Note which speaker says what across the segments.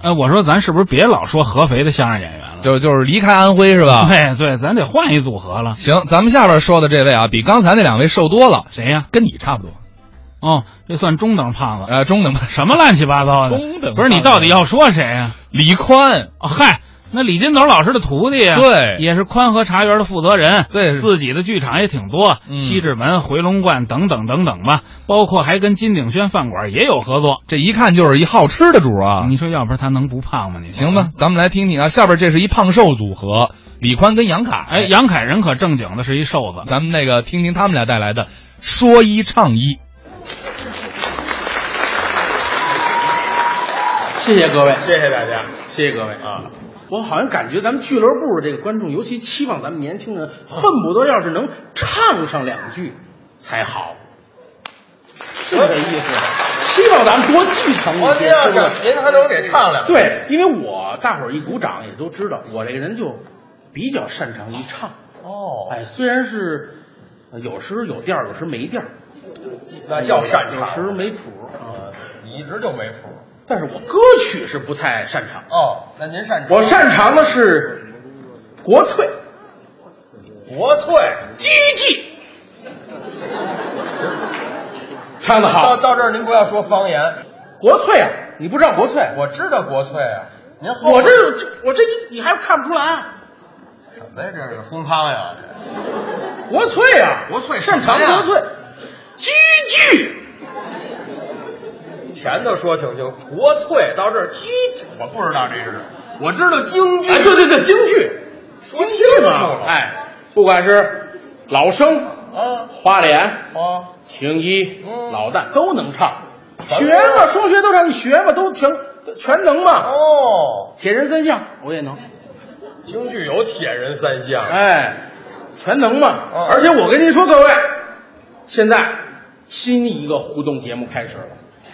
Speaker 1: 哎，我说咱是不是别老说合肥的相声演员了？
Speaker 2: 就就是离开安徽是吧？
Speaker 1: 对对，咱得换一组合了。
Speaker 2: 行，咱们下边说的这位啊，比刚才那两位瘦多了，
Speaker 1: 谁呀？
Speaker 2: 跟你差不多，
Speaker 1: 哦，这算中等胖子。
Speaker 2: 呃，中等吧。
Speaker 1: 什么乱七八糟的？
Speaker 2: 中 等
Speaker 1: 不是你到底要说谁呀？
Speaker 2: 李宽，
Speaker 1: 哦嗨，那李金斗老师的徒弟呀，
Speaker 2: 对
Speaker 1: 也是宽和茶园的负责人，
Speaker 2: 对
Speaker 1: 自己的剧场也挺多，
Speaker 2: 嗯
Speaker 1: 西直门、回龙观等等等等吧，包括还跟金鼎轩饭馆也有合作。
Speaker 2: 这一看就是一好吃的主啊。
Speaker 1: 你说要不是他能不胖吗？你说
Speaker 2: 行吧，？咱们来听听啊，下边这是一胖瘦组合，李宽跟杨凯。
Speaker 1: 哎，，杨凯人可正经的是一瘦子，
Speaker 2: 啊咱们那个听听他们俩带来的说一唱一。
Speaker 3: 谢谢各位，
Speaker 4: 谢谢大家
Speaker 3: 谢谢各位
Speaker 4: 啊！
Speaker 3: 我好像感觉咱们俱乐部的这个观众，尤其期望咱们年轻人，恨不得要是能唱上两句才好，是这意思。希望咱们多继承一些。
Speaker 4: 我您要
Speaker 3: 是不
Speaker 4: 想
Speaker 3: 是，
Speaker 4: 您还能给唱两句。
Speaker 3: 对，因为我大伙儿一鼓掌也都知道，我这个人就比较擅长于唱。
Speaker 4: 哦，
Speaker 3: 哎，虽然是呃有时有调儿，有时没调儿，
Speaker 4: 那叫擅
Speaker 3: 有时
Speaker 4: 长。嗯
Speaker 3: 没谱儿啊，
Speaker 4: 你一直就没谱。
Speaker 3: 但是我歌曲是不太擅长。
Speaker 4: 哦，那您擅长。
Speaker 3: 我擅长的是国粹、
Speaker 4: 国粹。
Speaker 3: 机器，唱的
Speaker 4: 到
Speaker 3: 好。
Speaker 4: 到这儿您不要说方言，
Speaker 3: 国粹啊，你不知道国粹？
Speaker 4: 我知道国粹啊。您后
Speaker 3: 我这我这你还看不出来啊？
Speaker 4: 什么呀？这是烘汤呀？这
Speaker 3: 国粹啊，
Speaker 4: 国粹
Speaker 3: 擅长
Speaker 4: 什么呀
Speaker 3: 国粹，机器。
Speaker 4: 前头说挺清，国粹到这儿，京剧我不知道这是，我知道京剧
Speaker 3: 哎，对对对，京剧，
Speaker 4: 说清
Speaker 3: 对
Speaker 4: 楚
Speaker 3: 吧？
Speaker 4: 了。，
Speaker 3: 哎，不管是老生、
Speaker 4: 啊
Speaker 3: 花脸、
Speaker 4: 啊，
Speaker 3: 青衣、
Speaker 4: 嗯
Speaker 3: 老旦都能唱，
Speaker 4: 全
Speaker 3: 学嘛，说学逗唱，你学嘛，都全全能嘛。
Speaker 4: 哦，嗯
Speaker 3: 铁人三项我也能，
Speaker 4: 京剧有铁人三项。
Speaker 3: 哎，全能嘛。
Speaker 4: 嗯
Speaker 3: 而且我跟您说，各位，现在新一个互动节目开始了，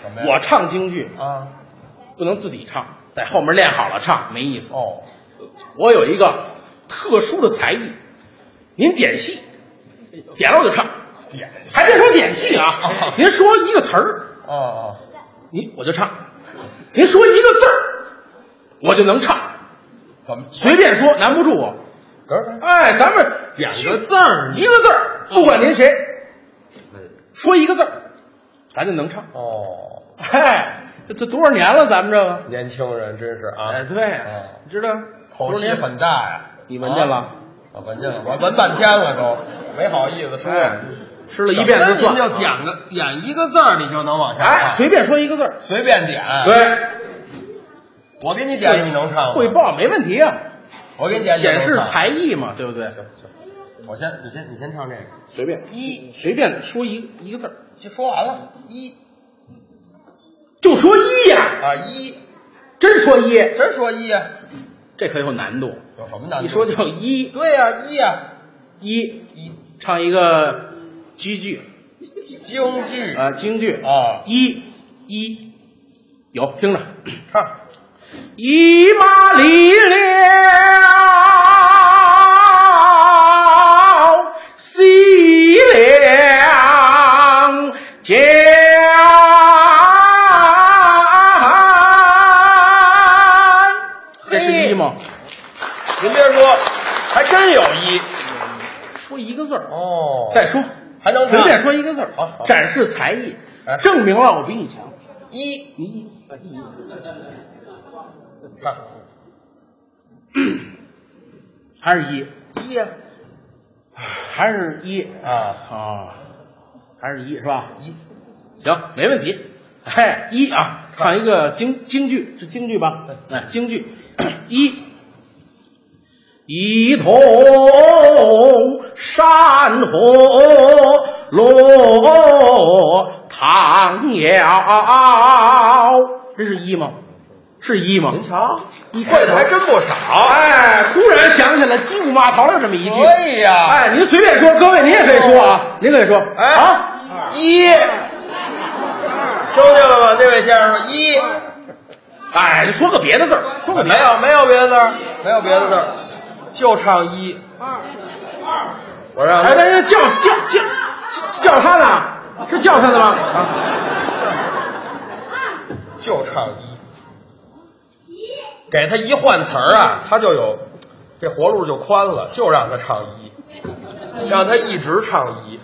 Speaker 4: 什么呀？
Speaker 3: 我唱京剧
Speaker 4: 啊，
Speaker 3: 不能自己唱，在后面练好了唱没意思。
Speaker 4: 哦，
Speaker 3: 我有一个特殊的才艺，您点戏，点了我就唱，
Speaker 4: 点心
Speaker 3: 还别说点戏啊，您说一个词儿，
Speaker 4: 哦哦，
Speaker 3: 您我就唱；您说一个字儿，我就能唱，
Speaker 4: 怎么？
Speaker 3: 随便说，难不住我。
Speaker 4: 等会儿
Speaker 3: 哎，咱们
Speaker 4: 点个字儿
Speaker 3: 一个字儿，不管您谁，说一个字儿，咱就能唱。
Speaker 4: 哦，
Speaker 3: 哎，这这多少年了，咱们这个，
Speaker 4: 年轻人真是啊，
Speaker 3: 哎，对
Speaker 4: 嗯，
Speaker 3: 你知道
Speaker 4: 口
Speaker 3: 多少
Speaker 4: 气
Speaker 3: 年
Speaker 4: 很大呀、
Speaker 3: 你闻见了？
Speaker 4: 啊我闻见了，我闻半天了都，没好意思说。
Speaker 3: 哎，吃了一遍就
Speaker 4: 什
Speaker 3: 算。
Speaker 4: 么呀您就点个点一个字儿，你就能往下唱。
Speaker 3: 哎，随便说一个字儿，
Speaker 4: 随便点。，
Speaker 3: 对，
Speaker 4: 我给你点，哎你能唱吗？
Speaker 3: 汇报没问题啊，
Speaker 4: 我给你点，你
Speaker 3: 显
Speaker 4: 能
Speaker 3: 示
Speaker 4: 唱。
Speaker 3: 才艺嘛，对不对？
Speaker 4: 我先，你先，你先唱这个。
Speaker 3: 随便
Speaker 4: 一
Speaker 3: 随便说一个一个字儿，
Speaker 4: 就说完了，一
Speaker 3: 就说一呀，
Speaker 4: 啊一，
Speaker 3: 真说一，
Speaker 4: 真说一呀？
Speaker 3: 这可有难度。啊
Speaker 4: 有什么难度？
Speaker 3: 你说叫一
Speaker 4: 对呀、一呀、
Speaker 3: 一，
Speaker 4: 一
Speaker 3: 唱一个京剧
Speaker 4: 京剧
Speaker 3: 啊，京剧
Speaker 4: 啊
Speaker 3: 一一，有听着，
Speaker 4: 唱。
Speaker 3: 一马离了西凉江。这是一吗？
Speaker 4: 您别说，还真有一
Speaker 3: 说一个字儿，啊
Speaker 4: 哦
Speaker 3: 再说
Speaker 4: 还能
Speaker 3: 随便
Speaker 4: 唱
Speaker 3: 说一个字儿啊
Speaker 4: 好好，
Speaker 3: 展示才艺
Speaker 4: 哎，
Speaker 3: 证明了我比你强。
Speaker 4: 一
Speaker 3: 你
Speaker 4: 唱
Speaker 3: 还是一，
Speaker 4: 一啊呀
Speaker 3: 还是一
Speaker 4: 啊
Speaker 3: 啊，还是一是吧？
Speaker 4: 一
Speaker 3: 行，没问题。嘿，一啊，唱一个京京剧，是京剧吧？哎，京剧 一。一同山河落唐尧，这是一吗？是一吗？
Speaker 4: 瞧，
Speaker 3: 你
Speaker 4: 会的还真不少。
Speaker 3: 哎，突然想起来鸡骨马槽有这么一句。
Speaker 4: 对呀
Speaker 3: 哎，您随便说，各位您也可以说啊，您可以说。
Speaker 4: 哎
Speaker 3: 啊，
Speaker 4: 一，听见了吗？这位先生说一，
Speaker 3: 哎，你说个别的字儿，说个别
Speaker 4: 没
Speaker 3: 的。
Speaker 4: 有没有别的字儿，没有别的字儿，就唱一。我让
Speaker 3: 哎，
Speaker 4: 他
Speaker 3: 那叫叫叫叫他呢？是叫他的吗？
Speaker 4: 就唱一，
Speaker 5: 一
Speaker 4: 给他一换词儿啊，他就有这活路就宽了，就让他唱一，让他一直唱一。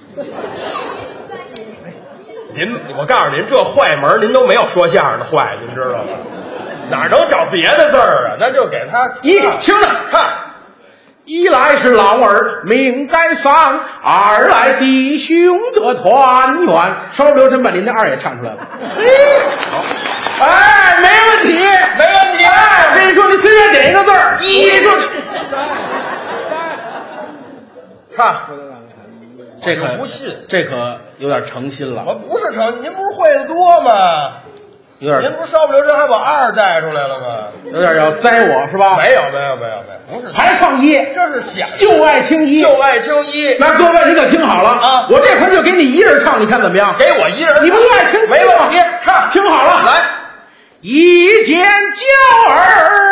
Speaker 4: 您，我告诉您，这坏门儿您都没有说相声的坏，您知道吗？哪儿能找别的字儿啊？那就给他
Speaker 3: 一听着
Speaker 4: 看，
Speaker 3: 一来是老儿命该丧，二来弟兄得团圆。稍留神把您的二也唱出来了。哎，没问题，
Speaker 4: 没问题
Speaker 3: 哎，我跟你说，你随便点一个字儿，
Speaker 4: 一
Speaker 3: 我跟你说
Speaker 4: 唱，
Speaker 3: 这可
Speaker 4: 我不信
Speaker 3: 这可有点诚心
Speaker 4: 我
Speaker 3: 了，
Speaker 4: 不是成，您不是会的多吗？
Speaker 3: 有点
Speaker 4: 您不是稍不留神还把二带出来了吗？
Speaker 3: 有点要栽我是吧？
Speaker 4: 没有没有没有没有，不是，
Speaker 3: 还唱一，
Speaker 4: 这是想
Speaker 3: 就爱听一，
Speaker 4: 就爱听一，
Speaker 3: 那各位你可听好了
Speaker 4: 啊
Speaker 3: 我这回就给你一人唱，你看怎么样？
Speaker 4: 给我一人，
Speaker 3: 你不就爱听
Speaker 4: 没问题，唱
Speaker 3: 听好了
Speaker 4: 来，
Speaker 3: 一见娇儿